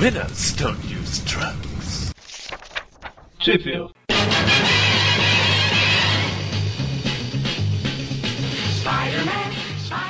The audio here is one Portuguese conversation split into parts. Winners don't use drugs. Sheffield.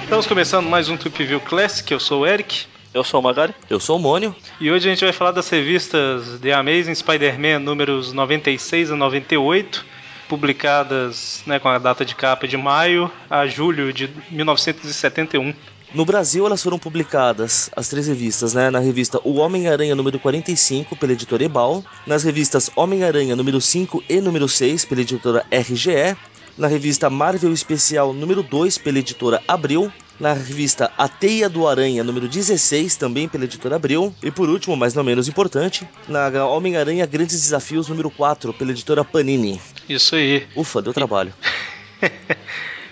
Estamos começando mais um Trip View Classic, eu sou o Eric. Eu sou o Magari. Eu sou o Mônio. E hoje a gente vai falar das revistas The Amazing Spider-Man números 96 a 98, publicadas né, com a data de capa de maio a julho de 1971. No Brasil, elas foram publicadas, as três revistas, né? Na revista O Homem-Aranha número 45, pela editora Ebal. Nas revistas Homem-Aranha número 5 e número 6, pela editora RGE. Na revista Marvel Especial número 2, pela editora Abril. Na revista A Teia do Aranha, número 16, também pela editora Abril. E por último, mas não menos importante, na Homem-Aranha Grandes Desafios, número 4, pela editora Panini. Isso aí. Ufa, deu trabalho.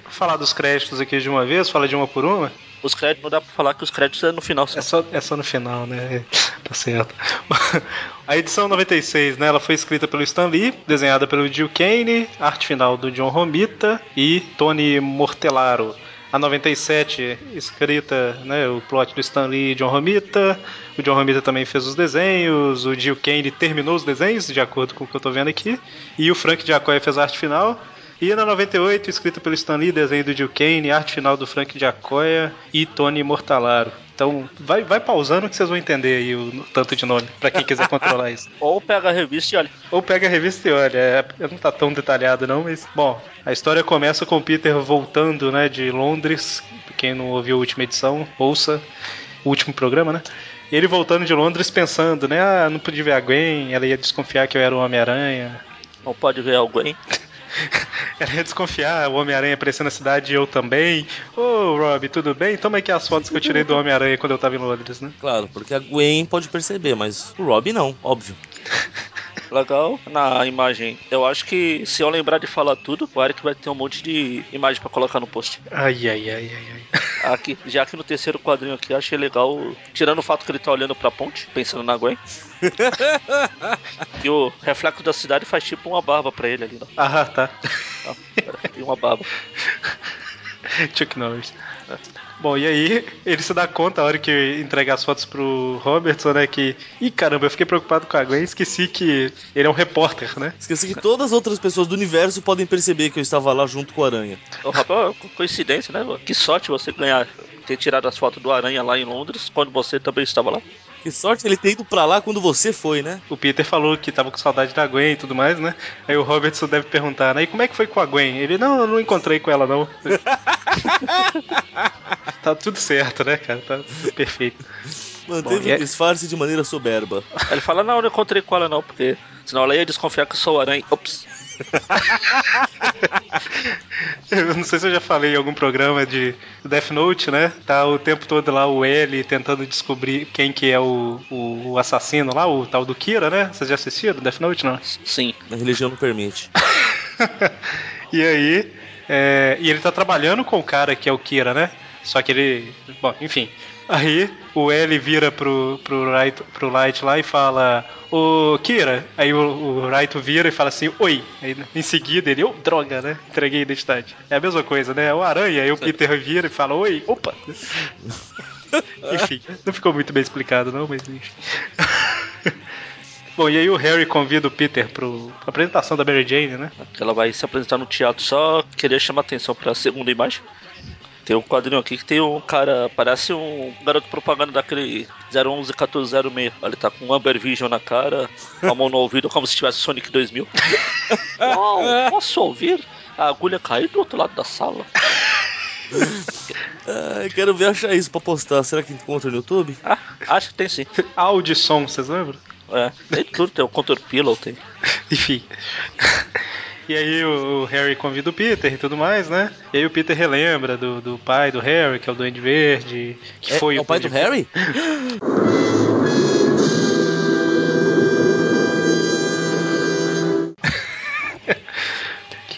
falar dos créditos aqui de uma vez, falar de uma por uma? Os créditos, não dá pra falar que os créditos é no final. Só. É só, é só no final, né? tá certo. A edição 96, né? Ela foi escrita pelo Stan Lee, desenhada pelo Jill Kane, arte final do John Romita e Tony Mortellaro. A 97, escrita, né, o plot do Stan Lee e John Romita. O John Romita também fez os desenhos. O Jill Kane terminou os desenhos, de acordo com o que eu tô vendo aqui. E o Frank Giacoya fez a arte final. E na 98, escrita pelo Stan Lee, desenho do Jill Kane, arte final do Frank Giacoya e Tony Mortalaro. Então, vai, vai pausando que vocês vão entender aí o tanto de nome, para quem quiser controlar isso. Ou pega a revista e olha. Ou pega a revista e olha, é, não tá tão detalhado não, mas... Bom, a história começa com o Peter voltando, né, de Londres. Quem não ouviu a última edição, ouça o último programa, né? Ele voltando de Londres pensando, né, ah, não podia ver a Gwen, ela ia desconfiar que eu era o Homem-Aranha. Não pode ver alguém. Ela ia é desconfiar, o Homem-Aranha apareceu na cidade e eu também. Ô, Rob, tudo bem? Toma aqui as fotos que eu tirei do Homem-Aranha quando eu tava em Londres, né? Claro, porque a Gwen pode perceber, mas o Rob não, óbvio. Legal na imagem. Eu acho que se eu lembrar de falar tudo, o Eric vai ter um monte de imagem para colocar no post. Ai, ai, ai, ai, ai. Aqui, já que no terceiro quadrinho aqui, eu achei legal, tirando o fato que ele tá olhando pra ponte, pensando na Gwen. e o reflexo da cidade faz tipo uma barba pra ele ali, não? Ah, tá. Não, pera, tem uma barba. Chuck Norris. Bom, e aí ele se dá conta a hora que entrega as fotos pro Robertson, né? Que. Ih, caramba, eu fiquei preocupado com a Gwen e esqueci que ele é um repórter, né? Esqueci que todas as outras pessoas do universo podem perceber que eu estava lá junto com o Aranha. Ô, Rafael, coincidência, né? Que sorte você ganhar ter tirado as fotos do Aranha lá em Londres, quando você também estava lá. Que sorte ele ter ido pra lá quando você foi, né? O Peter falou que tava com saudade da Gwen e tudo mais, né? Aí o Robertson deve perguntar, né? E como é que foi com a Gwen? Ele, não, eu não encontrei com ela, não. tá tudo certo, né, cara? Tá tudo perfeito. Manteve é- o disfarce de maneira soberba. Ele fala, não, eu não encontrei com ela, não, porque senão ela ia desconfiar que eu sou o aranha. Ops. eu não sei se eu já falei em algum programa de Death Note, né? Tá o tempo todo lá o L tentando descobrir quem que é o, o, o assassino lá, o tal do Kira, né? Vocês já assistiram Death Note, não? Sim. A religião não permite. e aí... É, e ele tá trabalhando com o cara que é o Kira, né? Só que ele... Bom, enfim... Aí o L vira pro, pro, Light, pro Light lá e fala: Ô Kira. Aí o, o Light vira e fala assim: Oi. Aí, em seguida ele: Ô, oh, droga, né? Entreguei a identidade. É a mesma coisa, né? O Aranha. Aí o Peter vira e fala: Oi. Opa. enfim, não ficou muito bem explicado, não, mas enfim. Bom, e aí o Harry convida o Peter pro apresentação da Mary Jane, né? Ela vai se apresentar no teatro, só queria chamar atenção pra segunda imagem. Tem um quadrinho aqui que tem um cara, parece um garoto propaganda daquele 011 1406. Ele tá com um Amber Vision na cara, a mão no ouvido, como se tivesse Sonic 2000. Uau, posso ouvir? A agulha caiu do outro lado da sala. ah, quero ver achar isso pra postar. Será que encontra no YouTube? Ah, acho que tem sim. Audisson, vocês lembram? É, tem tudo, tem o Contour Pillow, tem. Enfim. E aí o, Harry convida o Peter e tudo mais, né? E aí o Peter relembra do, do pai do Harry, que é o Duende Verde, que é, foi é o, o pai do Harry?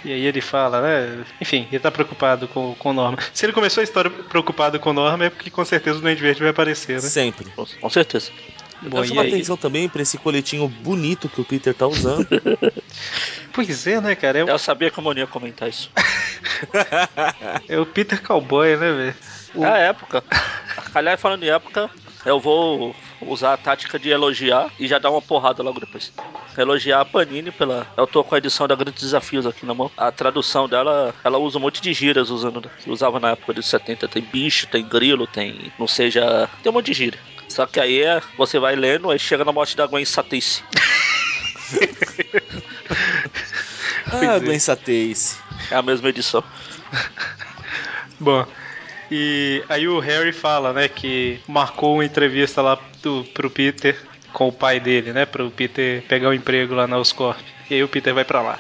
E aí ele fala, né? Enfim, ele tá preocupado com, com Norma. Se ele começou a história preocupado com Norma, é porque com certeza o Duende Verde vai aparecer, né? Sempre. Com certeza. Eu Bom, chamo atenção também pra esse coletinho bonito que o Peter tá usando. pois é, né, cara? É o... Eu sabia que eu não ia comentar isso. é o Peter Cowboy, né, velho? O... É a época. Aliás, falando em época, eu vou usar a tática de elogiar e já dar uma porrada logo depois. Elogiar a Panini pela. Eu tô com a edição da Grandes Desafios aqui na mão. A tradução dela, ela usa um monte de gírias usando, né? que usava na época dos 70. Tem bicho, tem grilo, tem. Não seja. Tem um monte de gíria. Só que aí é- você vai lendo, aí chega na morte da Gwen Stacy. Ah, Pois é. Gwen Satace. É a mesma edição. Bom. E aí o Harry fala, né, que marcou uma entrevista lá do, pro Peter com o pai dele, né, pro Peter pegar o emprego lá na Oscorp. E aí o Peter vai pra lá.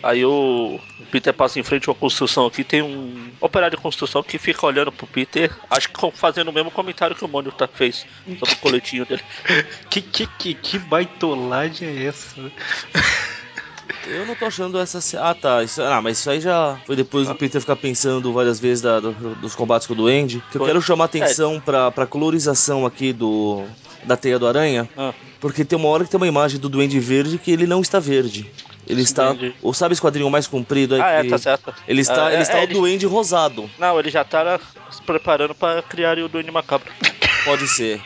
Aí o Peter passa em frente a uma construção aqui, tem um operário de construção que fica olhando pro Peter, acho que com- fazendo o mesmo comentário que o Mônio tá fez sobre o coletinho dele. Que, que, que, que baitolagem é essa? Eu não tô achando essa. se- Ah, tá. Isso... Ah, mas isso aí já foi depois Ah. do Peter ficar pensando várias vezes da- do- dos combates com o Duende. Que eu Foi. É. quero chamar atenção pra, pra colorização aqui do. Da teia do aranha. Ah, Porque tem uma hora que tem uma imagem do Duende Verde que ele não está verde. Ele está. Entendi. Ou sabe esse quadrinho mais comprido aí? Ah, é, que- tá certo. Ele está, Ah, ele é, está um é, o ele- Duende Rosado. Não, ele já tá se preparando pra criar o Duende Macabro. Pode ser.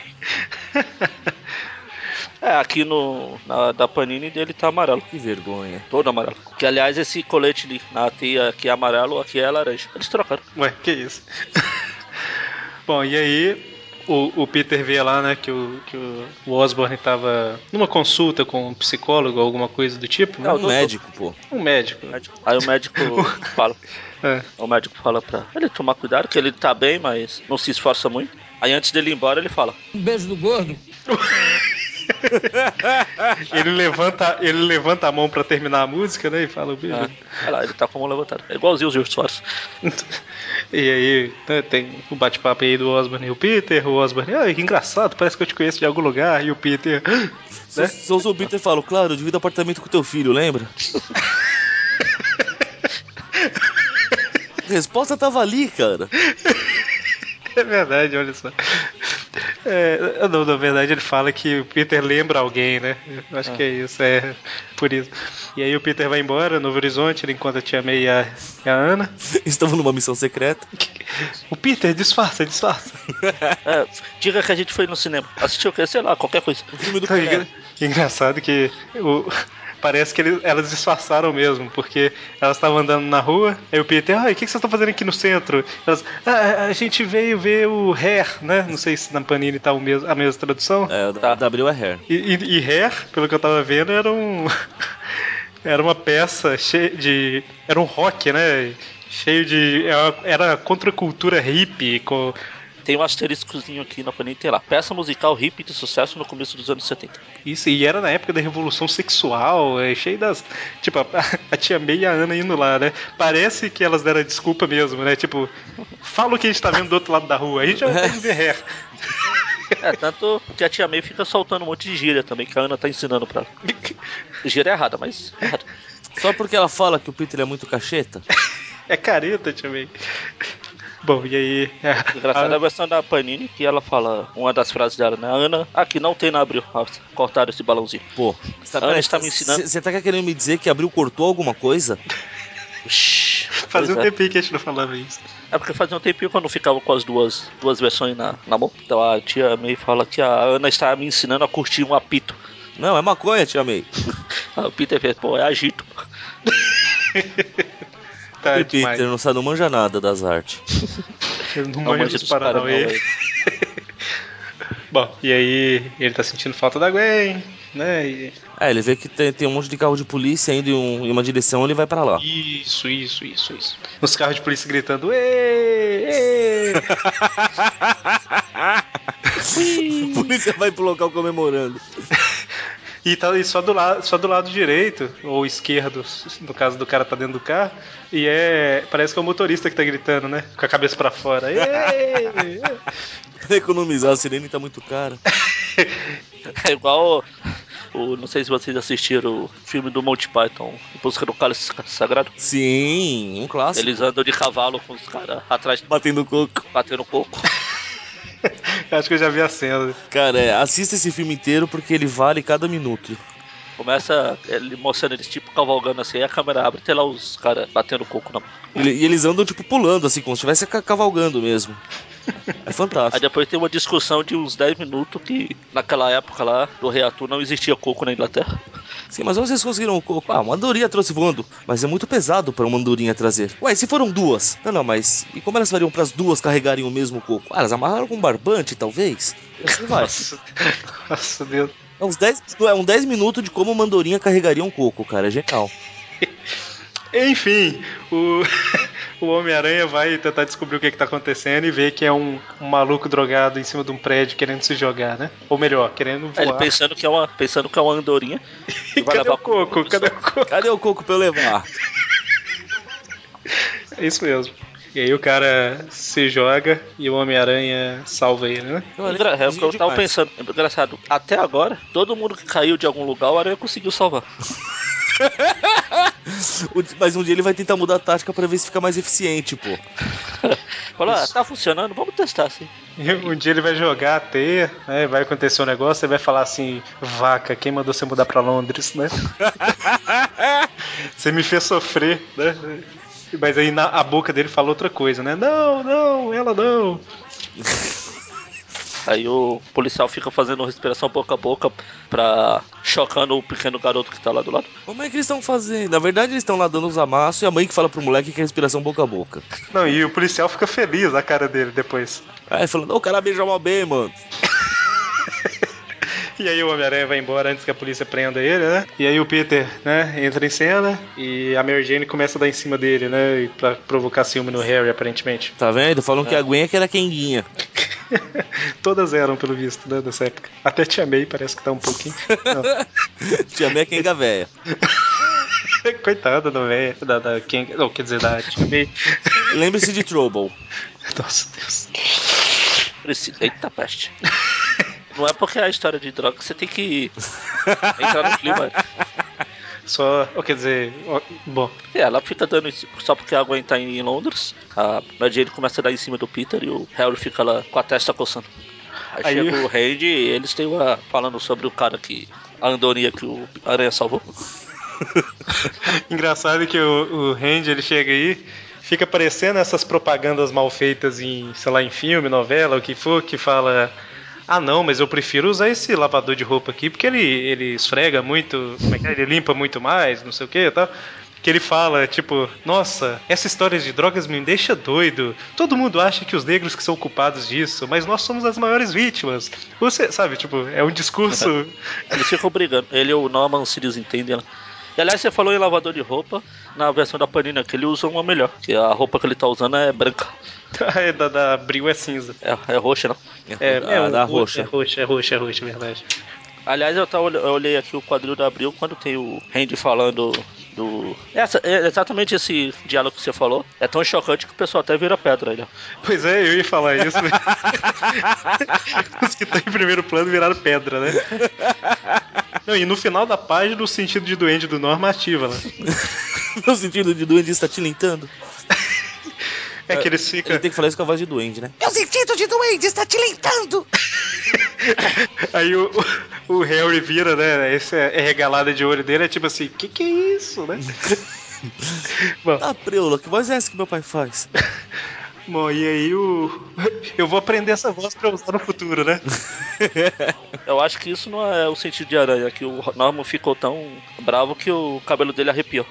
É, aqui no na, da Panini dele tá amarelo. Que vergonha. Todo amarelo. Que aliás, esse colete ali, na teia aqui é amarelo, aqui é laranja. Eles trocaram. Ué, que isso? Bom, e aí o, o Peter vê lá, né, que o, que o o Osborne tava numa consulta com um psicólogo ou alguma coisa do tipo, né? É Não, um eu tô- médico, pô. Um médico. Aí o médico fala. É. O médico fala pra ele tomar cuidado, que ele tá bem, mas não se esforça muito. Aí antes dele ir embora, ele fala: Ele levanta, ele levanta a mão pra terminar a música, né, e fala o beijo. ah, olha lá, ele tá com a mão levantada. É igualzinho o Gil Soares. E aí, né, tem o bate-papo aí do Osborne e o Peter. O Osborne, ai, que engraçado, parece que eu te conheço de algum lugar. E o Peter, "Ah, Se Né? eu- Se eu sou o Peter, eu falo, claro, eu divido apartamento com teu filho, lembra? A resposta tava ali, cara. é verdade, olha só. É, não, na verdade, ele fala que o Peter lembra alguém, né? Eu acho que é isso, é por isso. E aí, o Peter vai embora, Novo Horizonte, ele encontra a Tia May e a, e a Ana. Estamos numa missão secreta. O Peter, disfarça, disfarça. É, diga que a gente foi no cinema. Assistiu o quê? Sei lá, qualquer coisa. O filme do Então, Pelé. engra- engraçado que o- parece que ele- elas disfarçaram mesmo, porque elas estavam andando na rua, aí o Peter, ai, o que, que vocês estão fazendo aqui no centro? Elas, ah, a gente veio ver o Hair, né? Não sei se na Panini tá o mes- a mesma tradução. É, o Tá. W é hair. E, e- e Hair, pelo que eu tava vendo, era um. Era uma peça cheia de. Era um rock, né? Cheio de. Era, era a contracultura hippie, com, Tem um asteriscozinho aqui na panini, tem lá. Peça musical hippie de sucesso no começo dos anos 70. Isso, e era na época da Revolução Sexual, é cheio das. Tipo, a, a tia May e a Ana indo lá, né? Parece que elas deram a desculpa mesmo, né? Tipo, fala o que a gente tá vendo do outro lado da rua, a gente já vai ver hair. É, tanto que a tia May fica soltando um monte de gíria também, que a Ana tá ensinando pra ela. Gíria é errada, mas. é errada. Só porque ela fala que o Peter é muito cacheta. É careta, tia May. Bom, e aí. a- Engraçado é Ah. a a- versão da Panini, que ela fala uma das frases dela, né? Ana, aqui não tem na abril. Nossa, cortaram esse balãozinho. Pô, A Ana está me ensinando. Você tá querendo me dizer que abriu cortou alguma coisa? Shhh, Fazia um pois é. tempinho que a gente não falava isso. É porque fazia um tempinho que eu não ficava com as duas, duas versões na, na mão. Então a tia May fala que a Ana está me ensinando a curtir um apito. Não, é maconha, te amei. Aí o Peter fez, pô, é agito. Tá o demais. Peter não, sabe, não manja nada das artes. Eu Não É um manjo monte dos dos paranauê. Paranauê. Bom, e aí ele tá sentindo falta da Gwen, né? E- É, ele vê que tem, tem um monte de carro de polícia indo em, um- em uma direção, ele vai pra lá. Isso, isso, isso, isso. Os carros de polícia gritando, ê, ê. A polícia vai pro local comemorando. E, tá, e só, do la, só do lado direito, ou esquerdo, no caso do cara tá dentro do carro, e é. Parece que é o motorista que tá gritando, né? Com a cabeça pra fora. Ê! Pra economizar, a sirene tá muito cara. É igual. O, o- não sei se vocês assistiram o filme do Monty Python, Em Busca do Cálice Sagrado. Sim, um clássico. Eles andam de cavalo com os caras atrás, Batendo coco. batendo coco. Acho que eu já vi a cena. Cara, é, assista esse filme inteiro porque ele vale cada minuto. Começa ele mostrando eles tipo cavalgando assim, aí a câmera abre e tem lá os caras batendo coco na mão. Ele- E eles andam, tipo, pulando, assim, como se estivesse ca- cavalgando mesmo. É Aí fantástico. depois tem uma discussão de uns 10 minutos que naquela época lá do Reator não existia coco na Inglaterra. Sim, mas onde vocês conseguiram o coco? Ah, uma andorinha trouxe voando. Mas é muito pesado pra uma andorinha trazer. Ué, e se foram duas? Não, não, mas... E como elas fariam pras duas carregarem o mesmo coco? Ah, elas amarraram com um barbante, talvez? E assim vai. Nossa, nossa Deus. É uns 10, é um 10 minutos de como uma andorinha carregaria um coco, cara. É genial. Enfim, o, o Homem-Aranha vai tentar descobrir o que, que tá acontecendo e ver que é um, um maluco drogado em cima de um prédio querendo se jogar, né? Ou melhor, querendo voar. Aí ele pensando que é uma, pensando que é uma andorinha. E vai cadê levar o coco? Cadê o coco? Cadê o coco pra eu levar? É isso mesmo. E aí o cara se joga e o Homem-Aranha salva ele, né? Engra- É o que eu tava pensando. Engraçado, até agora, todo mundo que caiu de algum lugar, o Aranha conseguiu salvar. pensando. Mas um dia ele vai tentar mudar a tática pra ver se fica mais eficiente, pô. Falou, ah, tá funcionando, vamos testar assim. E um dia ele vai jogar a teia, né? Vai acontecer um negócio, ele vai falar assim, vaca, quem mandou você mudar pra Londres, né? você me fez sofrer, né? Mas aí na, a boca dele fala outra coisa, né? Não, não, ela não. Aí o policial fica fazendo respiração boca a boca pra chocando o pequeno garoto que tá lá do lado. Como é que eles estão fazendo? Na verdade, eles estão lá dando os amassos e a mãe que fala pro moleque que é respiração boca a boca. Não, e o policial fica feliz na cara dele depois. Aí falando, ô, o cara beija mal bem, mano. E aí o Homem-Aranha vai embora antes que a polícia prenda ele, né? E aí o Peter, né, entra em cena e a Mary Jane começa a dar em cima dele, né? e Pra provocar ciúme no Harry, aparentemente. Tá vendo? Falam que a Gwen é que era quenguinha. Todas eram, pelo visto, né, dessa época. Até Tia May parece que tá um pouquinho. Não. Tia Mé é quenga véia. Coitada da véia, da, da Ken- não, quer dizer, da Tia May. Lembre-se de Trouble. Nossa, Deus. Precisa. assim, Eita peste. Não é porque é a história de droga que você tem que entrar no clima. Só, ou quer dizer, ó, bom, É, ela fica dando em cima- só porque a Gwen tá em Londres. A Mary Jane começa a dar em cima do Peter e o Harry fica lá com a testa coçando. Aí, Aí- chega o Randy e eles têm uma falando sobre o cara que a andorinha que o Aranha salvou. Engraçado que o, o Randy ele chega aí, fica aparecendo essas propagandas mal feitas em, sei lá, em filme, novela, o que for, que fala. Ah não, mas eu prefiro usar esse lavador de roupa aqui, porque ele, ele esfrega muito, como é que é? ele limpa muito mais, não sei o que e tal. Que ele fala, tipo, nossa, essa história de drogas me deixa doido. Todo mundo acha que os negros que são culpados disso, mas nós somos as maiores vítimas. Você, sabe, tipo, é um discurso. Eles ficam brigando. Ele e o Norman se desentendem lá. E, aliás, você falou em lavador de roupa. Na versão da Panini que ele usa uma melhor. Que a roupa que ele tá usando é branca. da, da Abril é cinza. É, é roxa, não. É, a, é um da ro- É roxa. roxa, é roxa, é roxa, é verdade. Aliás, eu, tava, olh- eu olhei aqui o quadril da Abril quando tem o Randy falando do. Essa, é exatamente esse diálogo que você falou. É tão chocante que o pessoal até vira pedra né? ali. ó. Pois é, eu ia falar isso. né? Os que estão em primeiro plano viraram pedra, né? Não, e no final da página, o sentido de doente do Norma ativa, né? No sentido de duende está tilintando. É que eles Ele ficam. tem que falar isso com a voz de duende, né? Aí o, o Harry vira, né? Essa é regalada de olho dele, é tipo assim: que que é isso, né? Bom, Ah, preula, que voz é essa que meu pai faz? bom, e aí o. Eu vou aprender essa voz pra usar no futuro, né? Eu acho que isso não é o sentido de aranha, que o Norman ficou tão bravo que o cabelo dele arrepiou.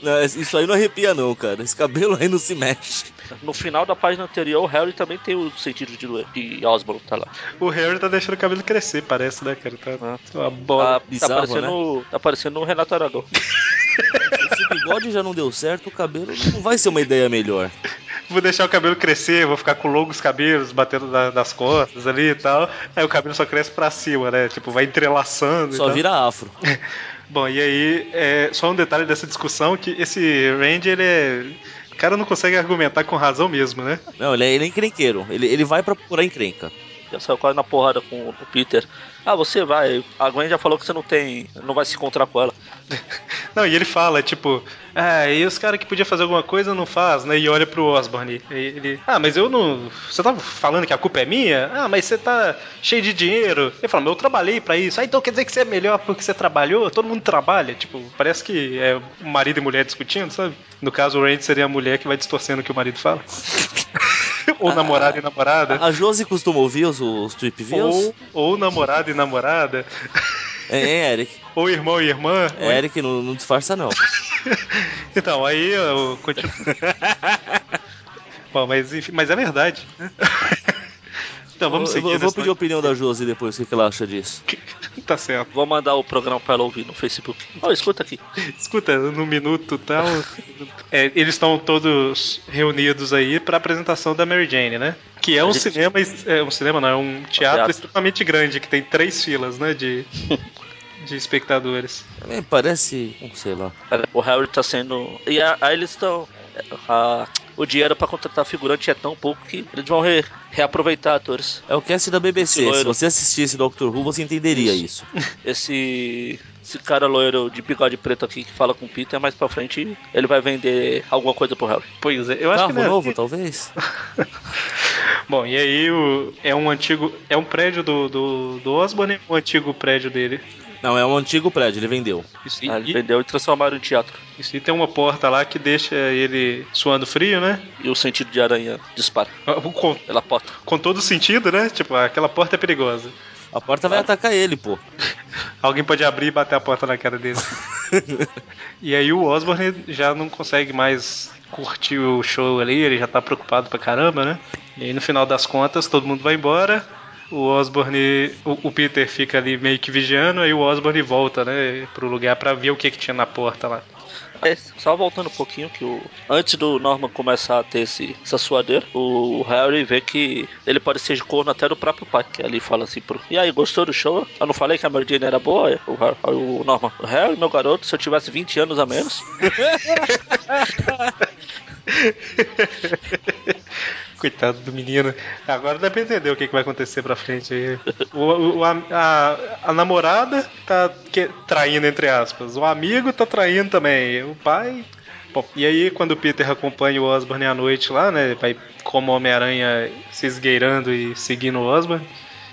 Não, isso aí não arrepia, não, cara. Esse cabelo aí não se mexe. No final da página anterior, o Harry também tem o sentido de, doer- de Osborn, tá lá. O Harry tá deixando o cabelo crescer, parece, né, cara? Tá uma bola. Tá, tá, bizarro, parecendo, tá parecendo o Renato Aragão. Se o bigode já não deu certo, o cabelo não vai ser uma ideia melhor. Vou deixar o cabelo crescer, vou ficar com longos cabelos batendo na- nas costas ali e tal. Aí o cabelo só cresce pra cima, né? Tipo, vai entrelaçando. e Só tal. vira afro. Bom, e aí, é, só um detalhe dessa discussão: que esse Randy, ele é. O cara não consegue argumentar com razão mesmo, né? Não, ele é, ele é encrenqueiro. Ele, ele vai pra procurar encrenca. Já saiu quase na porrada com o Peter. Ah, você vai. A Gwen já falou que você não tem. não vai se encontrar com ela. Não, e ele fala, tipo, ah, e os caras que podia fazer alguma coisa não faz, né? E olha pro Osborne. E ele, ah, mas eu não. Você tá falando que a culpa é minha? Ah, mas você tá cheio de dinheiro. Ele fala, mas eu trabalhei pra isso. Ah, então quer dizer que você é melhor porque você trabalhou? Todo mundo trabalha. Tipo, parece que é marido e mulher discutindo, sabe? No caso, o Randy seria a mulher que vai distorcendo o que o marido fala. Ou namorado e namorada. A Josi costuma ouvir os, os trip views? Ou, ou namorado e namorada. É, é, Eric. Ou irmão e irmã. É, Eric, não, não disfarça não. Então, aí eu continuo. Bom, mas enfim, mas é verdade. Então vamos eu, seguir. vou- eu vou essa pedir a opinião da Josi depois, o que que ela acha disso. história. Tá certo. Vou mandar o programa pra ela ouvir no Facebook. Ó, escuta aqui. Escuta, no minuto e tal. é, eles estão todos reunidos aí pra apresentação da Mary Jane, né? Que é um gente- cinema. es- É um cinema, não, é um teatro, teatro. extremamente grande, que tem três filas, né? De, de espectadores. É, parece, não sei lá. O Harry tá sendo. E a- aí eles estão. a- O dinheiro pra contratar figurante é tão pouco que eles vão re- reaproveitar atores. É o cast da BBC. Loiro. Se você assistisse Doctor Who, você entenderia isso. Esse. Esse cara loiro de bigode preto aqui que fala com o Peter, mais pra frente ele vai vender alguma coisa pro Harry. Pois é, eu acho Carro que não é Ah, novo, assim. talvez? Bom, e aí o, é um antigo. É um prédio do, do, do Osborne ou um antigo prédio dele? Não, é um antigo prédio, ele vendeu. Isso, e, Ah, ele e- vendeu e transformaram em teatro. isso, e tem uma porta lá que deixa ele suando frio, né? E o sentido de aranha dispara Com, pela porta. com todo sentido, né? Tipo, ah, aquela porta é perigosa. A porta vai atacar ele, pô. Alguém pode abrir e bater a porta na cara dele. e aí o Osborne já não consegue mais curtir o show ali, ele já tá preocupado pra caramba, né? E aí no final das contas todo mundo vai embora. O Osborne, o, o Peter fica ali meio que vigiando, aí o Osborne volta, né, pro lugar pra ver o que que tinha na porta lá. É, só voltando um pouquinho que o antes do Norman começar a ter esse essa suadeira, o Harry vê que ele pode ser corno até do próprio pai, que ali fala assim pro. E aí, gostou do show? Eu não falei que a Mary Jane era boa, o, Har- o Norman. O Harry, meu garoto, se eu tivesse 20 anos a menos, Coitado do menino. Agora dá pra entender o que, que vai acontecer pra frente aí. O, o- a, a- a namorada tá que- traindo, entre aspas. O amigo tá traindo também. O pai. Bom, e aí, quando o Peter acompanha o Osborne à noite lá, né? Vai como Homem-Aranha se esgueirando e seguindo o Osborne.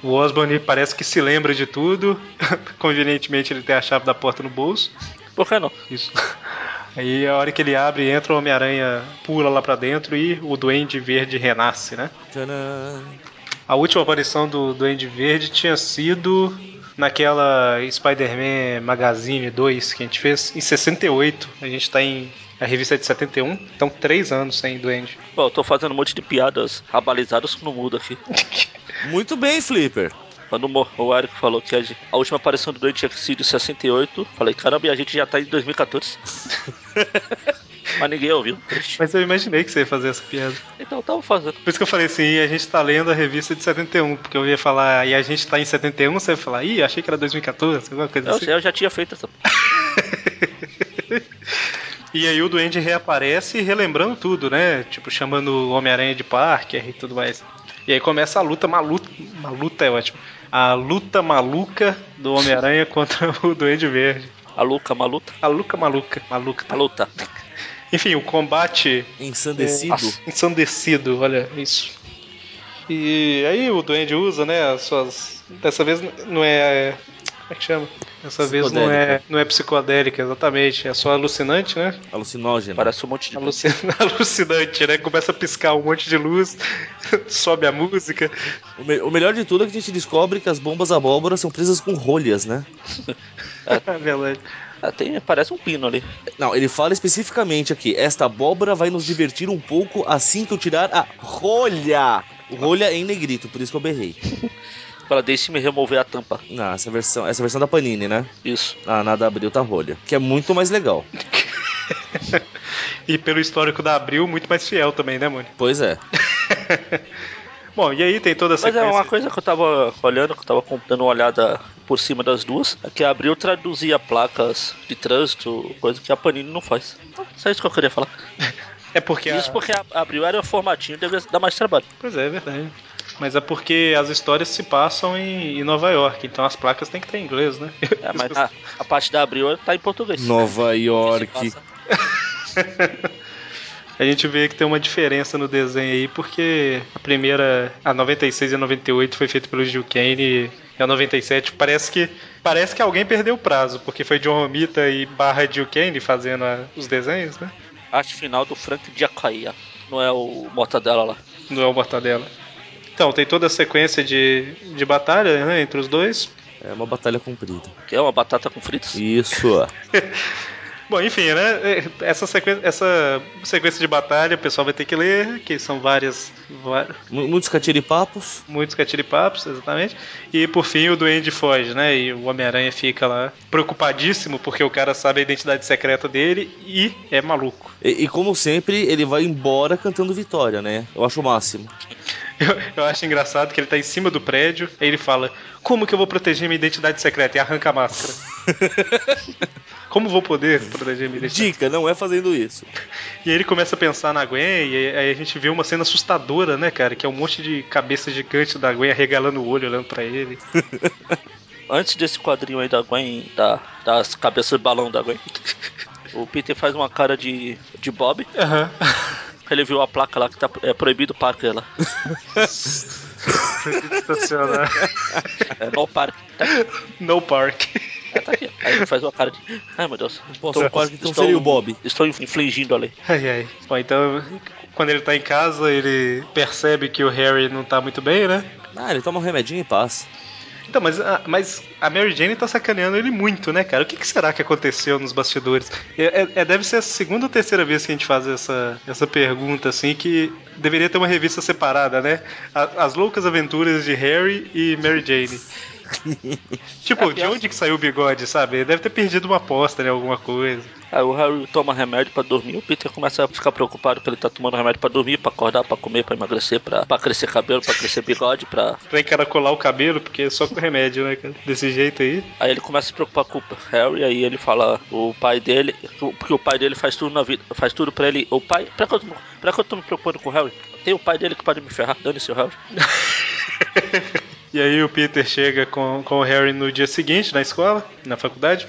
O Osborne parece que se lembra de tudo. Convenientemente, ele tem a chave da porta no bolso. por que não? Isso. Aí a hora que ele abre, entra o Homem-Aranha, pula lá pra dentro e o Duende Verde renasce, né? Tcharam. A última aparição do Duende Verde tinha sido naquela Spider-Man Magazine 2 que a gente fez em 68. A gente tá em. A revista é de 71, então três anos sem Duende. Bom, eu tô fazendo um monte de piadas abalizadas no mudo aqui. Muito bem, Flipper. Quando o Mo- o Eric falou que a gen- a última aparição do Dante tinha sido em 68, falei, caramba, e a gente já tá em 2014. Mas ninguém ouviu. Triste. Mas eu imaginei que você ia fazer essa piada. Então eu tava fazendo. Por isso que eu falei assim, "Ih, a gente tá lendo a revista de 71, porque eu ia falar, e a gente tá em 71, você ia falar, ih, achei que era 2014, alguma coisa Eu, assim. eu já tinha feito essa E aí o Duende reaparece relembrando tudo, né? Tipo, chamando o Homem-Aranha de Parker e tudo mais. E aí começa a luta maluca. Uma luta é ótimo. A luta maluca do Homem-Aranha contra o Duende Verde. A Luca, a Maluta. A luca maluca. Maluca. A tá? Luta. Enfim, o combate Ensandecido. Nossa. ensandecido, olha isso. E aí o Duende usa, né, as suas. Dessa vez não é. Como é que chama? Dessa vez não é, Psicodélica. não é psicodélica, exatamente. É só alucinante, né? Alucinógeno. Parece um monte de. Alucin- Alucinante, né? Começa a piscar um monte de luz, sobe a música. O, me- o melhor de tudo é que a gente descobre que as bombas abóbora são presas com rolhas, né? É verdade. Ah, tem, parece um pino ali. Não, ele fala especificamente aqui: esta abóbora vai nos divertir um pouco assim que eu tirar a rolha. Rolha em negrito, por isso que eu berrei. Para deixe me remover a tampa. Não, essa versão, essa versão da Panini, né? Isso. Ah, nada abriu, tá rolha. Que é muito mais legal. E pelo histórico da Abril, muito mais fiel também, né, Mônica? Pois é. Bom, e aí tem toda a Mas é sequência. uma coisa que eu tava olhando, que eu tava com- dando uma olhada por cima das duas, é que a Abril traduzia placas de trânsito, coisa que a Panini não faz. Só isso que eu queria falar. É porque. a- Isso porque a a Abril era o formatinho, deve um dar mais trabalho. Pois é, é verdade. Mas é porque as histórias se passam em, em Nova York, então as placas têm que ter em inglês, né? É, mas a, a parte da Abril tá em português. Nova Que York. se passa. A gente vê que tem uma diferença no desenho aí, porque a primeira, a 96 e a 98 foi feito pelo Gil Kane e a 97 parece que parece que alguém perdeu o prazo, porque foi John Romita e barra Gil Kane fazendo a- os desenhos, né? Arte final do Frank Diacaia. Não é o Mortadela lá. Não é o Mortadela. Então, tem toda a sequência de, de batalha né, entre os dois. É uma batalha comprida. Que é uma batata com fritas. Isso. Bom, enfim, né? Essa sequência, essa sequência de batalha o pessoal vai ter que ler, que são várias, va- M- Muitos catiripapos. Muitos catiripapos, exatamente. E por fim o Duende foge, né? E o Homem-Aranha fica lá preocupadíssimo porque o cara sabe a identidade secreta dele e é maluco. E, e como sempre, ele vai embora cantando vitória, né? Eu acho o máximo. Eu, eu acho engraçado que ele tá em cima do prédio, aí ele fala: Como que eu vou proteger minha identidade secreta? E arranca a máscara. Como vou poder proteger minha identidade? Dica, não é fazendo isso. E aí ele começa a pensar na Gwen, e aí- aí a gente vê uma cena assustadora, né, cara? Que é um monte de cabeça gigante da Gwen arregalando o olho, olhando pra ele. Antes desse quadrinho aí da Gwen, da, das cabeças de balão da Gwen, o Peter faz uma cara de, de Bob. Aham. Ele viu a placa lá que tá é proibido parque lá. Estacionar. É no parque. Tá, No park. é, tá aqui. Aí ele faz uma cara de. Ai meu Deus. Posso o parque, então seria o Bob. Estou infligindo a lei. Ai, ai. Bom, então, quando ele tá em casa, ele percebe que o Harry não tá muito bem, né? Ah, ele toma um remedinho e passa. Então, mas a, mas a Mary Jane tá sacaneando ele muito, né, cara? O que, que será que aconteceu nos bastidores? É, é- é- deve ser a segunda ou terceira vez que a gente faz essa, essa pergunta, assim, que deveria ter uma revista separada, né? A- As Loucas Aventuras de Harry e Mary Jane. tipo, de onde que saiu o bigode, sabe? Ele deve ter perdido uma aposta, né? Alguma coisa. Aí o Harry toma remédio pra dormir, o Peter começa a ficar preocupado que ele tá tomando remédio pra dormir, pra acordar, pra comer, pra emagrecer, pra, pra crescer cabelo, pra crescer bigode, pra. Pra encaracolar o cabelo, porque é só com remédio, né, cara? Desse jeito aí. Aí ele começa a se preocupar com o Harry, aí ele fala o pai dele, porque o pai dele faz tudo na vida, faz tudo pra ele. O pai, pra que eu, tô- pra que eu tô me preocupando com o Harry? Tem o pai dele que pode me ferrar, dane-se o Harry. E aí o Peter chega com, com o Harry no dia seguinte na escola, na faculdade.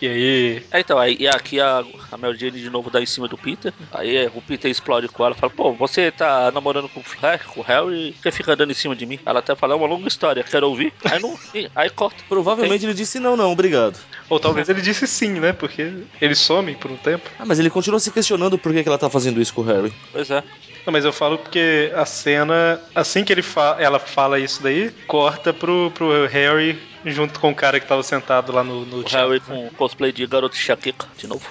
E aí. É, então, aí e aqui a, a Mary Jane de novo dá em cima do Peter. Aí é, o Peter explode com ela fala: Pô, você tá namorando com o Flash, com o Harry, você fica andando em cima de mim. Ela até fala: É uma longa história, quero ouvir. Aí, não, e- aí corta. Provavelmente ele disse não, não, obrigado. Ou talvez ele disse sim, né? Porque ele some por um tempo. Ah, mas ele continua se questionando por que, que ela tá fazendo isso com o Harry. Pois é. Não, mas eu falo porque a cena, assim que ele fa ela fala isso daí, corta pro, pro Harry junto com o cara que tava sentado lá no, no O teatro. Harry com cosplay de garoto Shakeka de novo.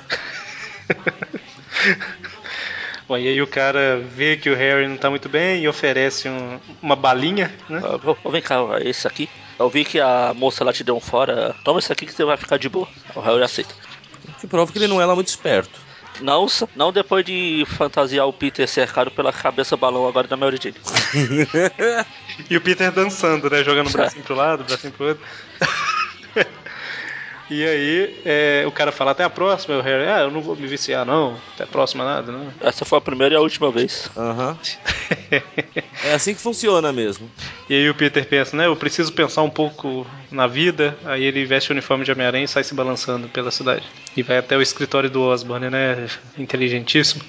Bom, e aí o cara vê que o Harry não tá muito bem e oferece um- uma balinha, né? Ah, vou- vou- vem cá, ó, esse aqui. Eu vi que a moça lá te deu um fora. Toma esse aqui que você vai ficar de boa. O Harry aceita. O Que prova que ele não é lá muito esperto. Não, sa- não depois de fantasiar o Peter cercado pela cabeça balão agora da Mary Jane. E o Peter dançando, né? Jogando o bracinho pro lado, o bracinho pro outro. e aí, é, o cara fala até a próxima, e o Harry, ah, eu não vou me viciar, não. Até a próxima nada, não. Essa foi a primeira e a última vez. Aham. É assim que funciona mesmo. E aí o Peter pensa, né? Eu preciso pensar um pouco na vida. Aí ele veste o uniforme de Homem-Aranha e sai se balançando pela cidade. E vai até o escritório do Osborne, né? Inteligentíssimo.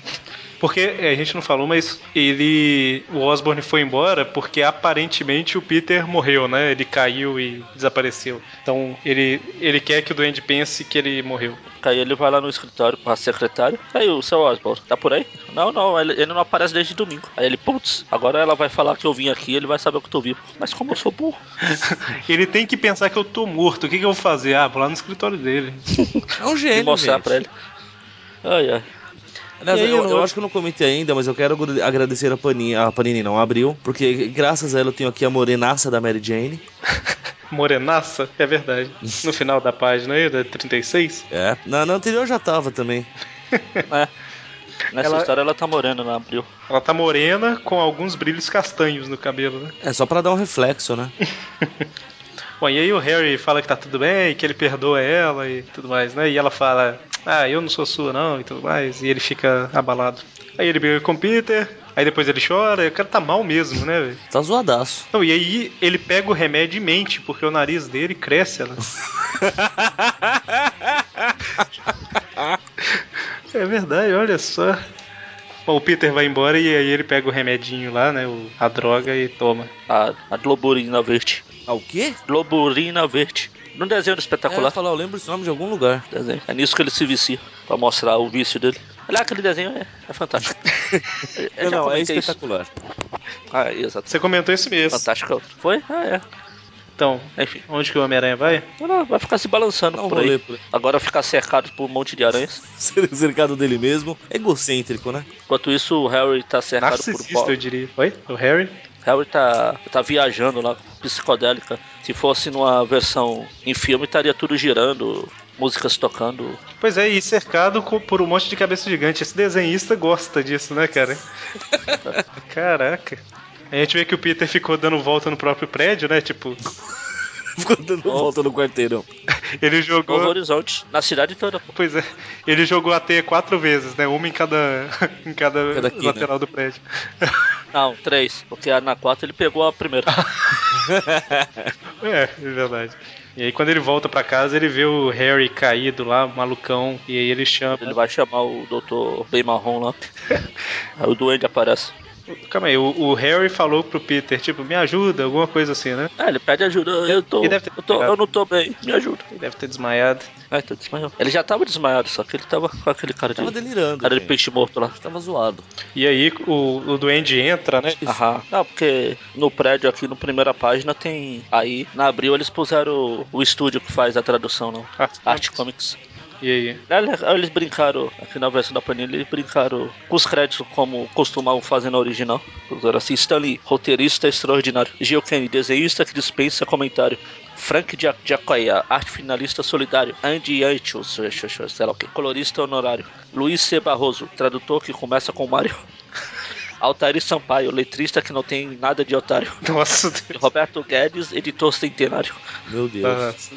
Porque é, a gente não falou, mas ele. O Osborne foi embora porque aparentemente o Peter morreu, né? Ele caiu e desapareceu. Então ele, ele quer que o Duende pense que ele morreu. Aí ele vai lá no escritório com a secretária. Aí o seu Osborne, tá por aí? Não, não, ele, ele não aparece desde domingo. Aí ele, putz, agora ela vai falar que eu vim aqui ele vai saber que eu tô vivo. Mas como eu sou burro? ele tem que pensar que eu tô morto. O que, que eu vou fazer? Ah, vou lá no escritório dele. É um E gênio. mostrar gente. pra ele. Ai, ai. Aliás, E aí, eu, eu eu- acho que eu não comentei ainda, mas eu quero agra- agradecer a Panini, a Panini não, a Abril, porque graças a ela eu tenho aqui a morenaça da Mary Jane. Morenaça? É verdade. No final da página aí, da 36. É. Na, na anterior já tava também. é, Nessa Ela- história ela tá morando na Abril. Ela tá morena com alguns brilhos castanhos no cabelo, né? É só pra dar um reflexo, né? Bom, e aí o Harry fala que tá tudo bem, que ele perdoa ela e tudo mais, né? E ela fala, ah, eu não sou sua não e tudo mais, e ele fica abalado. Aí ele briga com o Peter, aí depois ele chora, e o cara tá mal mesmo, né, velho? Tá zoadaço. Não, e aí ele pega o remédio e mente, porque o nariz dele cresce, né? ela. é verdade, olha só. Bom, o Peter vai embora e aí ele pega o remedinho lá, né? o- A droga e toma. A, a Globurina Verde. Ah, o quê? Globurina Verde. Num desenho do É, eu ia espetacular. falar, eu lembro esse nome de algum lugar. desenho. É nisso que ele se vicia, pra mostrar o vício dele. Olha, aquele desenho é, é fantástico. Eu- eu já não, é comentei isso. espetacular. Ah, exato. Você comentou isso mesmo. Fantástico. Foi? Ah, Então, é. Enfim, onde que o Homem-Aranha vai? ela vai ficar se balançando Dá um por aí. rolê por aí. Agora ficar cercado por um monte de aranhas. Ser cercado dele mesmo. É egocêntrico, né? Enquanto isso, o Harry tá cercado por Narcisista, eu Bob. diria. Oi? O Harry? Harry tá, tá viajando lá, psicodélica. Se fosse numa versão em filme, estaria tudo girando, músicas tocando. Pois é, e cercado co- por um monte de cabeça gigante. Esse desenhista gosta disso, né, cara? Caraca. A gente vê que o Peter ficou dando volta no próprio prédio, né? Tipo, Ficou dando volta no quarteirão. ele Novo jogou. Horizonte, na cidade toda. pô. Pois é, ele jogou a teia quatro vezes, né? Uma em cada, em cada, Cada quina. lateral do prédio. Não, três, porque na quarta ele pegou a primeira. É, é verdade. E aí quando ele volta pra casa, ele vê o Harry caído lá, malucão, e aí ele chama. Ele vai chamar o Dr. Ben Marrom lá. Aí o duende aparece. Calma aí, o, o Harry falou pro Peter, tipo, me ajuda, alguma coisa assim, né? Ah, ele pede ajuda. Eu tô. Ele deve ter Eu, tô- eu não tô bem, me ajuda. Ele deve ter desmaiado. Ah, então desmaiou. Ele já tava desmaiado, só que ele tava com aquele cara Tava de. delirando. Cara de gente. peixe morto lá. Tava zoado. E aí o, o Duende entra, né? Aham. Não, porque no prédio aqui, na primeira página, tem. Aí, na abril, eles puseram o, o estúdio que faz a tradução, não. Ah, Art Comics. E aí? Aliás, ah, Eles brincaram, aqui na versão da Panini, eles brincaram com os créditos como costumavam fazer na original. Era assim, Stanley, roteirista extraordinário. Gil Kenny, desenhista que dispensa comentário. Frank Gia- Giacoia, arte finalista solidário. Andy Anchos, sei lá o que, colorista honorário. Luiz C. Barroso, tradutor que começa com Mário. Altair Sampaio, letrista que não tem nada de otário. Nossa Deus. Roberto Guedes, editor centenário. Meu Deus. Nossa.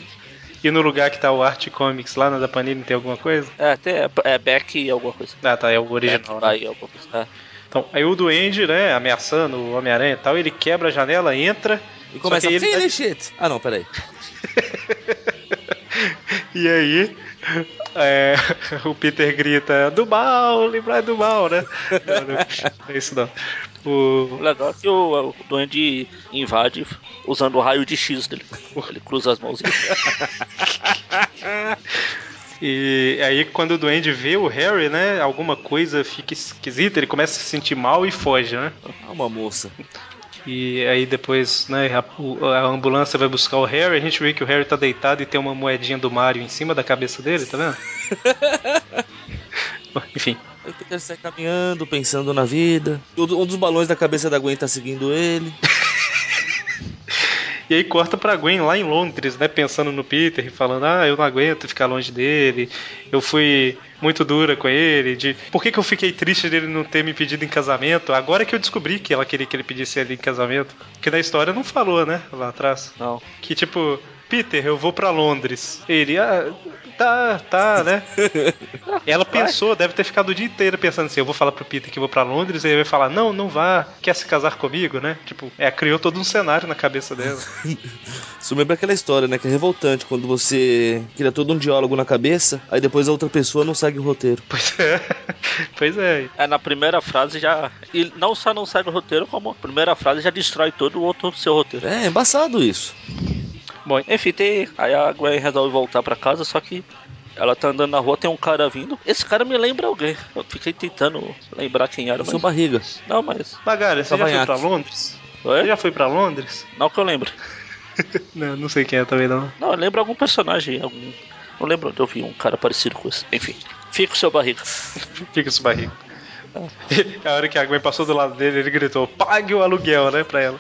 E no lugar que tá o Art Comics lá na da Panini tem alguma coisa? É, até é Beck e alguma coisa. Ah, tá, é o original. Beck, né? vai, alguma coisa. É. Então, aí o Duende, né, ameaçando o Homem-Aranha e tal, ele quebra a janela, entra. E começa só que a né? ele- finish it. Ah, não, peraí. E aí, é, o Peter grita: do mal, livrar do mal, né? Não, não, não é isso não. O O, legal é que o, o Duende invade usando o raio de X dele. Ele cruza as mãos. e aí, quando o Duende vê o Harry, né, alguma coisa fica esquisita, ele começa a se sentir mal e foge, né? Ah, uma moça. E aí depois, né, a, o- a ambulância vai buscar o Harry, a gente vê que o Harry tá deitado e tem uma moedinha do Mario em cima da cabeça dele, tá vendo? Bom, Enfim. Eu Peter sai caminhando, pensando na vida. Um do- um dos balões da cabeça da Gwen tá seguindo ele. E aí corta pra Gwen lá em Londres, né, pensando no Peter e falando: "Ah, eu não aguento ficar longe dele. Eu fui muito dura com ele, de por que, que eu fiquei triste dele não ter me pedido em casamento? Agora que eu descobri que ela queria que ele pedisse ele em casamento, que na história não falou, né, lá atrás. Não. Que tipo, Peter, eu vou pra Londres. Ele, ah, tá, tá, né? Ela pensou, deve ter ficado o dia inteiro pensando assim: eu vou falar pro Peter que eu vou pra Londres, e ele vai falar: não, não vá, quer se casar comigo, né? Tipo, é, criou todo um cenário na cabeça dela. Isso lembra aquela história, né? Que é revoltante quando você cria todo um diálogo na cabeça, aí depois a outra pessoa não segue o roteiro. pois é, pois é. É, na primeira frase já. E não só não sai do roteiro, como a primeira frase já destrói todo o outro seu roteiro. É, é embaçado isso. Bom, enfim, tem. Aí a Gwen resolve voltar pra casa, só que ela tá andando na rua, tem um cara vindo. Esse cara me lembra alguém. Eu fiquei tentando lembrar quem era, Eu sou mas. barriga. Não, mas. Magalha, você já foi Cavanhaque. pra Londres? Você Oi? já foi pra Londres? Não que eu lembro. Não, não sei quem é também não. Não, eu lembro algum personagem. Algum... Não lembro onde eu vi um cara parecido com esse. Enfim, fica o seu barriga. Fica isso barrigo. A hora que a Gwen passou do lado dele, ele gritou: pague o aluguel, né, pra ela.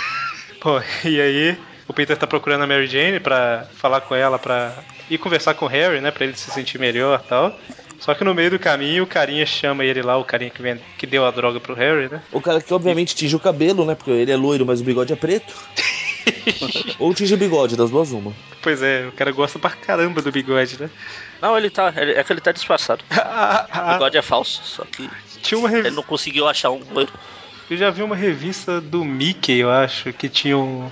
Bom, e aí o Peter tá procurando a Mary Jane pra falar com ela, pra ir conversar com o Harry, né, pra ele se sentir melhor e tal. Só que no meio do caminho o carinha chama ele lá, o carinha que, vende, que deu a droga pro Harry, né? O cara que obviamente tinge o cabelo, né? Porque ele é loiro, mas o bigode é preto. Ou tinge bigode, das duas uma. Pois é, o cara gosta pra caramba do bigode, né? Não, ele tá. ele- é que ele tá disfarçado. Ah, O ah, ah, bigode é falso, só que tinha uma ele revi- não conseguiu achar um loiro. Eu já vi uma revista do Mickey, eu acho, que tinha um.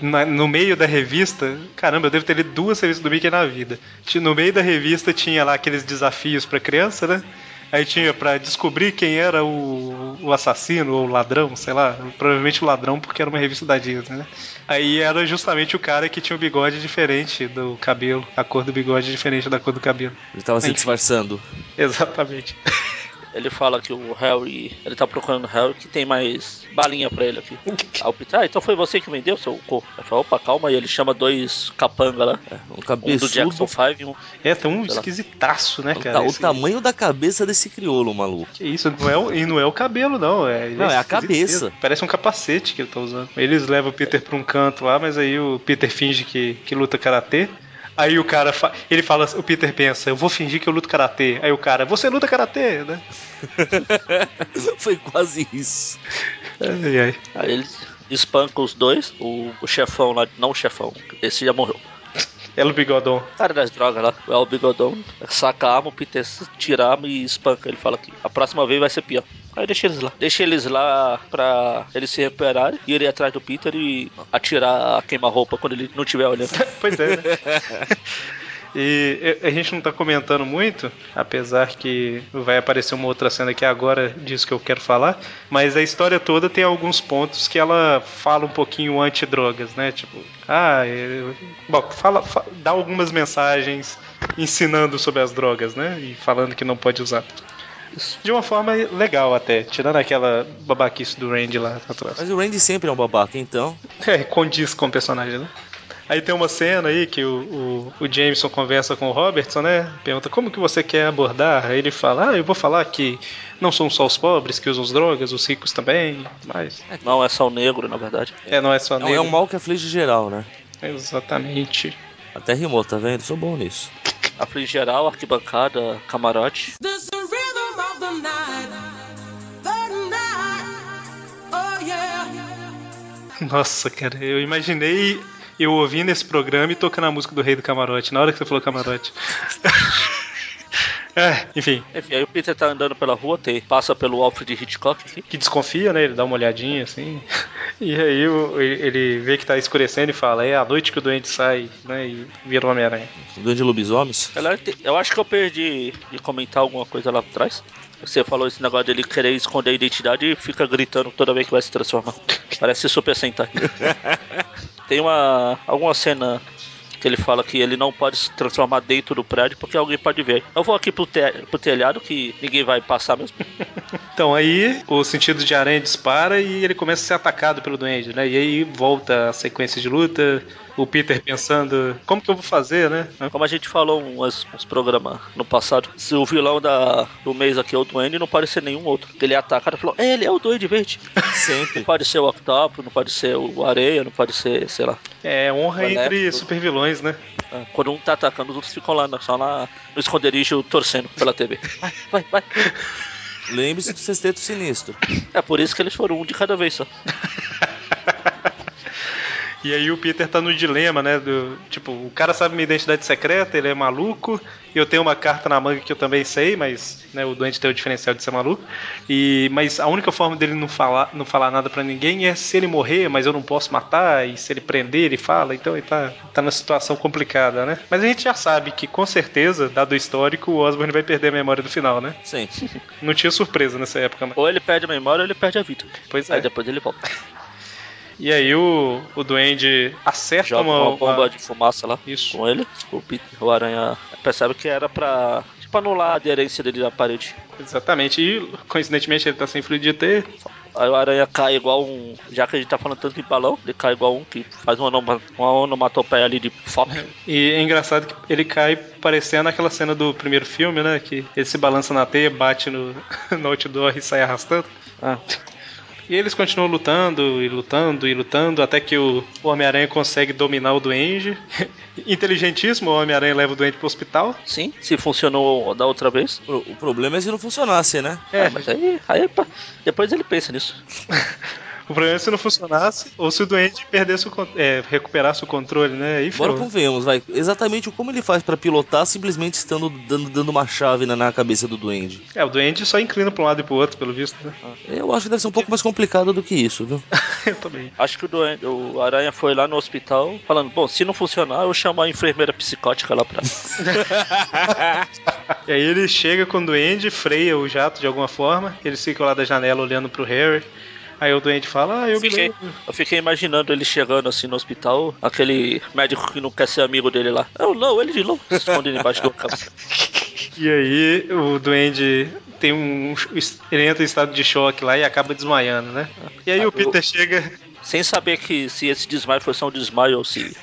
na- no meio da revista, caramba, eu devo ter lido duas revistas do Mickey na vida. Ti- No meio da revista tinha lá aqueles desafios pra criança, né? Aí tinha pra descobrir quem era o, o assassino ou o ladrão, sei lá. Provavelmente o ladrão, porque era uma revista da Disney, né? Aí era justamente o cara que tinha o bigode diferente do cabelo. A cor do bigode é diferente da cor do cabelo. Ele tava se Enfim. disfarçando. Exatamente. Ele fala que o Harry. Ele tá procurando o Harry que tem mais balinha pra ele aqui. Aí o Peter, ah, então foi você que me deu, seu corpo. Ele fala, opa, calma, e ele chama dois capanga lá. Um Um do cabeçudo. Jackson 5 e um. É, tem um Sei lá. esquisitaço, né, o cara? ta- Tá, o Esse- tamanho da cabeça desse crioulo, maluco. Que isso, não é o, e não é o cabelo, não. É, Não, é a esquisito cabeça. mesmo. Parece um capacete que ele tá usando. Eles levam o Peter pra um canto lá, mas aí o Peter finge que, que luta karatê. Aí o cara, fa- ele fala, o Peter pensa, eu vou fingir que eu luto karatê. Aí o cara, você luta karatê, né? Foi quase isso. Ai, ai. Aí ele espanca os dois. O, o chefão lá, não o chefão, esse já morreu. Ela o bigodão. cara das drogas lá, é o Bigodão, saca a arma, o Peter tira a arma e espanca. Ele fala que a próxima vez vai ser pior. Aí deixa eles lá. Deixa eles lá pra eles se recuperarem e ele ir atrás do Peter e atirar a queima-roupa quando ele não estiver olhando. Pois é, né? E a a gente não tá comentando muito, apesar que vai aparecer uma outra cena aqui agora disso que eu quero falar, mas a história toda tem alguns pontos que ela fala um pouquinho anti-drogas, né? Tipo, ah, eu... bom, fala, fa- dá algumas mensagens ensinando sobre as drogas, né? E falando que não pode usar. De uma forma legal até, tirando aquela babaquice do Randy lá atrás. Mas o Randy sempre é um babaca, então. É, condiz com o personagem, né? Aí tem uma cena aí que o, o, o Jameson conversa com o Robertson, né? Pergunta como que você quer abordar. Aí ele fala, ah, eu vou falar que não são só os pobres que usam as drogas, os ricos também. Mas Não é só o negro, na verdade. é, não é só É um, negro. é um mal que aflige geral, né? Exatamente. Até rimou, tá vendo? Sou bom nisso. Aflige geral, arquibancada, camarote. There's a rhythm of the night. The night. Oh yeah. Nossa, cara, eu imaginei eu ouvindo esse programa e tocando a música do Rei do Camarote, na hora que você falou camarote. é, enfim, Enfim, aí o Peter tá andando pela rua, tem, passa pelo Alfred Hitchcock aqui. que desconfia, né? Ele dá uma olhadinha assim. E aí o- ele vê que tá escurecendo e fala: É a noite que o doente sai, né? E vira o Homem-Aranha. O Um grande lobisomens. Galera, te- Eu acho que eu perdi de comentar alguma coisa lá atrás. Você falou esse negócio dele querer esconder a identidade e fica gritando toda vez que vai se transformar. Parece Super Sentai. Tem uma alguma cena que ele fala que ele não pode se transformar dentro do prédio porque alguém pode ver. Eu vou aqui pro, te- pro telhado que ninguém vai passar mesmo. Então aí o sentido de aranha dispara e ele começa a ser atacado pelo duende, né? E aí volta a sequência de luta. O Peter pensando: Como que eu vou fazer, né? Como a gente falou uns, uns programas no passado, se o vilão da, do mês aqui é o Duende, não pode ser nenhum outro. Ele é atacado e falou: "É, ele é o Duende Verde. Não Sempre. pode ser o Octopus, não pode ser o Areia, não pode ser, sei lá. É honra Elétrico. entre supervilões, né? Ah, Quando um tá atacando, os outros ficam lá, na- só lá no esconderijo torcendo pela TV. Vai, vai, vai. Lembre-se do sexteto sinistro. É por isso que eles foram um de cada vez só. E aí o Peter tá no dilema, né? Do, tipo, o cara sabe minha identidade secreta, ele é maluco, e eu tenho uma carta na manga que eu também sei, mas né, o doente tem o diferencial de ser maluco. E, mas a única forma dele não falar, não falar nada pra ninguém é se ele morrer, mas eu não posso matar, e se ele prender, ele fala, então ele tá, tá numa situação complicada, né? Mas a gente já sabe que com certeza, dado o histórico, o Osborne vai perder a memória do final, né? Sempre. Não tinha surpresa nessa época, né? mas. Ou ele perde a memória ou ele perde a vida. Pois Aí é. depois ele volta. E aí o, o Duende acerta Joga uma, uma- bomba de fumaça lá Isso. com ele. O, Peter- o Aranha percebe que era pra tipo, anular a aderência dele na parede. Exatamente, e coincidentemente ele tá sem fluido de ET. Aí o Aranha cai igual um. Já que a gente tá falando tanto de balão, ele cai igual um que faz uma, onoma- uma onomatopeia ali de fop. E é engraçado que ele cai parecendo aquela cena do primeiro filme, né? Que ele se balança na teia, bate no, no outdoor e sai arrastando. Ah, E eles continuam lutando e lutando e lutando até que o o Homem-Aranha consegue dominar o Duende. Inteligentíssimo, o Homem-Aranha leva o Duende pro hospital. sim, se funcionou da outra vez, Pro- O problema é se não funcionasse, né? É, Ah, mas aí, aí pá, depois ele pensa nisso. O problema é se não funcionasse ou se o doente perdesse o con- é, recuperasse o controle, né? E Bora ferrou. convenhamos, vai. Exatamente como ele faz pra pilotar simplesmente estando dando, dando uma chave na, na cabeça do duende. É, o doente só inclina pra um lado e pro outro, pelo visto, né? Eu acho que deve ser um pouco mais complicado do que isso, viu? Eu também. Acho que o, doen- o Aranha foi lá no hospital falando, bom, se não funcionar, eu chamo a enfermeira psicótica lá pra. E aí ele chega com o duende, freia o jato de alguma forma, eles ficam lá da janela olhando pro Harry. Aí o doente fala, ah, eu me Fiquei, lembro. eu fiquei imaginando ele chegando assim no hospital, aquele médico que não quer ser amigo dele lá. Eu não, ele de novo, se escondendo embaixo do cama. E aí o duende tem um. Ele entra em estado de choque lá e acaba desmaiando, né? E aí o Peter chega. Sem saber que se esse desmaio foi só um desmaio ou se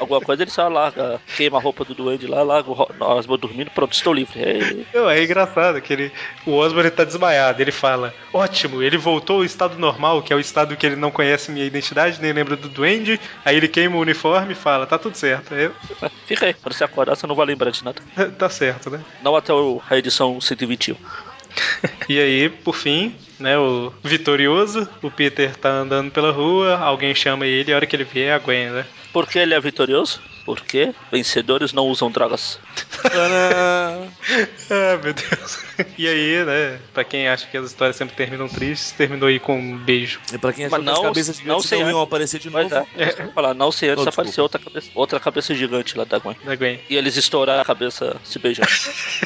alguma coisa, ele só larga, queima a roupa do duende lá, larga o ro- nós vou dormindo, pronto, estou livre. É, Não, é engraçado que ele. O Osborn tá desmaiado. Ele fala: Ótimo, ele voltou ao estado normal, que é o estado que ele não conhece minha identidade, nem lembra do duende. Aí ele queima o uniforme e fala: Tá tudo certo. Aí, fica aí, quando você acordar, você não vai lembrar de nada. tá certo, né? Não até o- a edição 121. E aí, por fim, né, o vitorioso, o Peter tá andando pela rua, alguém chama ele, a hora que ele vê é a Gwen, né? Por que ele é vitorioso? Porque vencedores não usam drogas. Ah, meu Deus. E aí, né, pra quem acha que as histórias sempre terminam tristes, terminou aí com um beijo. E pra quem Mas achou que as não- cabeças não gigantes sei não, iam antes. aparecer de Mas novo, é, é isso que eu ia falar, não sei antes Não, apareceu outra cabeça, outra cabeça gigante lá da Gwen. Da Gwen. E eles estouraram a cabeça se beijando.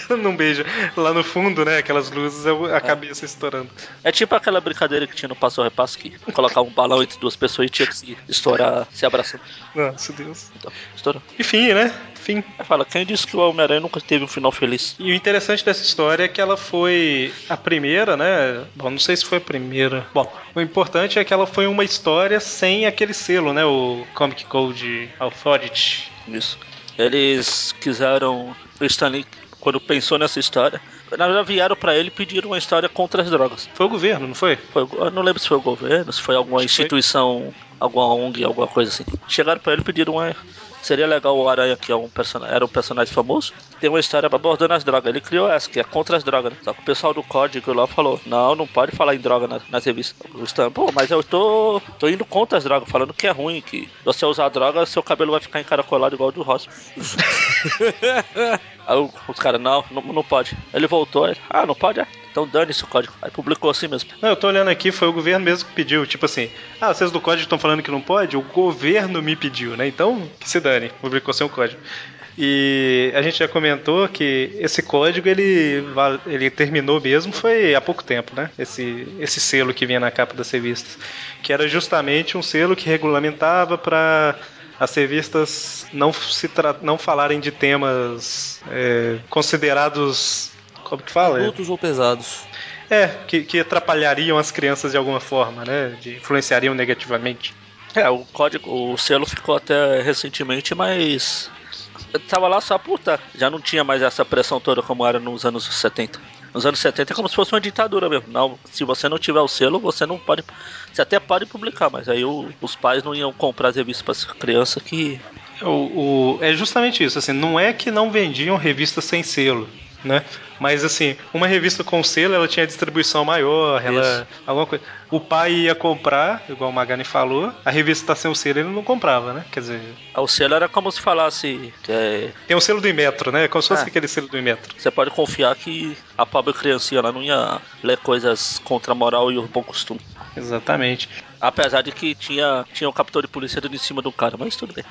Num beijo. Lá no fundo, né? Aquelas luzes, é o- a cabeça estourando. É tipo aquela brincadeira que tinha no Passo Repasso que colocar um balão entre duas pessoas e tinha que se estourar, se abraçando. Nossa, Deus. Então, estourou. Enfim, né? Fim. Aí fala, quem disse que o Homem-Aranha nunca teve um final feliz? E o interessante dessa história é que ela foi a primeira, né? Bom, não sei se foi a primeira. Bom, o importante é que ela foi uma história sem aquele selo, né? O Comic Code Authority. Isso. Eles quiseram. O Stanley, quando pensou nessa história, na verdade vieram pra ele e pediram uma história contra as drogas. Foi o governo, não foi? Foi, eu não lembro se foi o governo, se foi alguma Acho que foi. instituição, alguma ONG, alguma coisa assim. Chegaram pra ele e pediram uma. Seria legal o Aranha, que é um persona- era um personagem famoso, ter uma história abordando as drogas. Ele criou essa, que é contra as drogas. né? Só que o pessoal do código lá falou: não, não pode falar em droga na- nas revistas. O Stan, pô, mas eu tô, tô indo contra as drogas, falando que é ruim, que você usar droga, seu cabelo vai ficar encaracolado igual o do Ross. Aí o- os caras, não, não, não pode. Ele voltou, ele, ah, não pode? é? Então dane-se o código. Aí publicou assim mesmo. Não, eu tô olhando aqui, foi o governo mesmo que pediu. Tipo assim, ah, vocês do código estão falando que não pode? O governo me pediu, né? Então, que se dane, publicou seu código. E a gente já comentou que esse código ele, va- ele terminou mesmo foi há pouco tempo, né? Esse, esse selo que vinha na capa das revistas, que era justamente um selo que regulamentava para as revistas não se tra- não falarem de temas é, considerados como que é. fala? adultos ou pesados. É, que, que atrapalhariam as crianças de alguma forma, né? De influenciariam negativamente. É, o código, o selo ficou até recentemente, mas eu tava lá só puta, já não tinha mais essa pressão toda como era nos anos 70. Nos anos 70 é como se fosse uma ditadura mesmo. Não, se você não tiver o selo, você não pode. Você até pode publicar, mas aí o- os pais não iam comprar as revistas para criança que. O, o- é justamente isso, assim, não é que não vendiam revistas sem selo, né? Mas assim, uma revista com selo, ela tinha distribuição maior, ela alguma coisa. O pai ia comprar, igual o Magani falou, a revista tá sem o selo, ele não comprava, né? Quer dizer, O selo era como se falasse. é, tem o selo do Imetro, né? Como se fosse Ah. aquele selo do Imetro. você pode confiar que a pobre criancinha lá não ia ler coisas contra a moral e o bom costume. Exatamente. Apesar de que tinha, tinha um captor de polícia dando em cima do cara, mas tudo bem.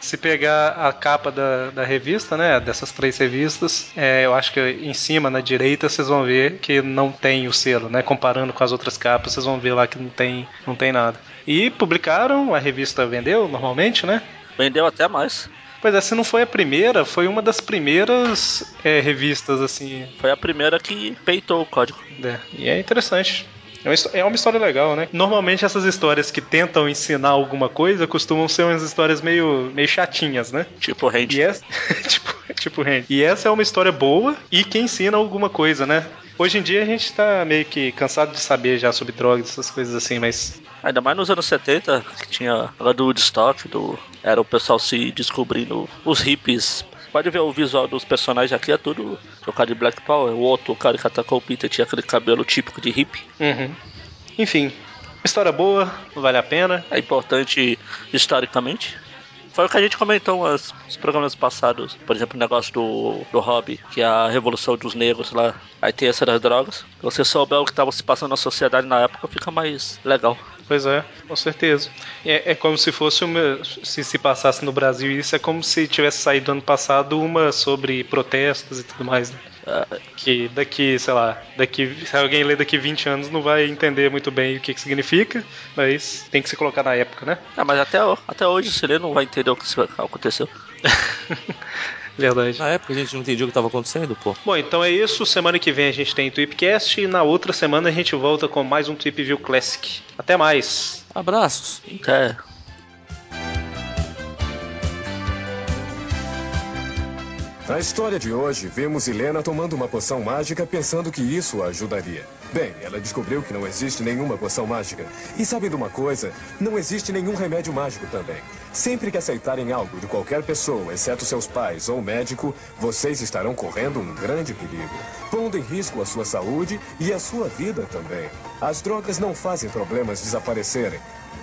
Se pegar a capa da, da revista, né? Dessas três revistas, é, eu acho que em cima, na direita, vocês vão ver que não tem o selo, né? Comparando com as outras capas, vocês vão ver lá que não tem, não tem nada. E publicaram, a revista vendeu normalmente, né? Vendeu até mais. Pois é, se não foi a primeira, foi uma das primeiras é, revistas, assim. Foi a primeira que peitou o código. né? E é interessante. É uma histó- É uma história legal, né? Normalmente essas histórias que tentam ensinar alguma coisa costumam ser umas histórias meio, meio chatinhas, né? Tipo, rende. E essa, tipo, tipo Hank. E essa é uma história boa e que ensina alguma coisa, né? Hoje em dia a gente tá meio que cansado de saber já sobre drogas, essas coisas assim, mas. Ainda mais nos anos 70, que tinha lá do Woodstock, do... era o pessoal se descobrindo, os hippies. Pode ver o visual dos personagens aqui, é tudo. O cara de Black Power, o outro, o cara que atacou o Peter, tinha aquele cabelo típico de hippie. Uhum. Enfim, história boa, vale a pena. É importante historicamente. Foi o que a gente comentou nos nos programas passados. Por exemplo, o negócio do, do hobby, que é a revolução dos negros lá. Aí tem essa das drogas. Se você souber o que estava se passando na sociedade na época, fica mais legal. Pois é, com certeza. É, é como se fosse uma. Se se passasse no Brasil isso, é como se tivesse saído ano passado uma sobre protestos e tudo mais, né? É, Que daqui, sei lá, daqui. Se alguém ler daqui 20 anos não vai entender muito bem o que, que significa, mas tem que se colocar na época, né? ah, mas até, ho- até hoje se lê não vai entender o que se- aconteceu. Verdade. Na época a gente não entendia o que tava acontecendo, pô. Bom, então é isso. Semana que vem a gente tem Tweepcast e na outra semana a gente volta com mais um Tweep View Classic. Até mais! Abraços. É. Na história de hoje, vemos Helena tomando uma poção mágica pensando que isso a ajudaria. Bem, ela descobriu que não existe nenhuma poção mágica. E sabe de uma coisa? Não existe nenhum remédio mágico também. Sempre que aceitarem algo de qualquer pessoa, exceto seus pais ou médico, vocês estarão correndo um grande perigo, pondo em risco a sua saúde e a sua vida também. As drogas não fazem problemas desaparecerem.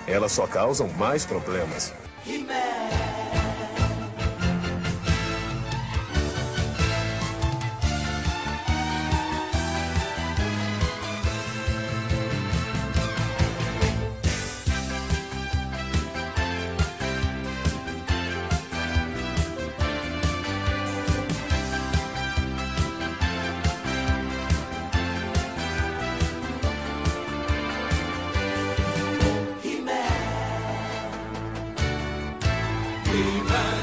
Elas só causam mais problemas. He-Man. He-Man.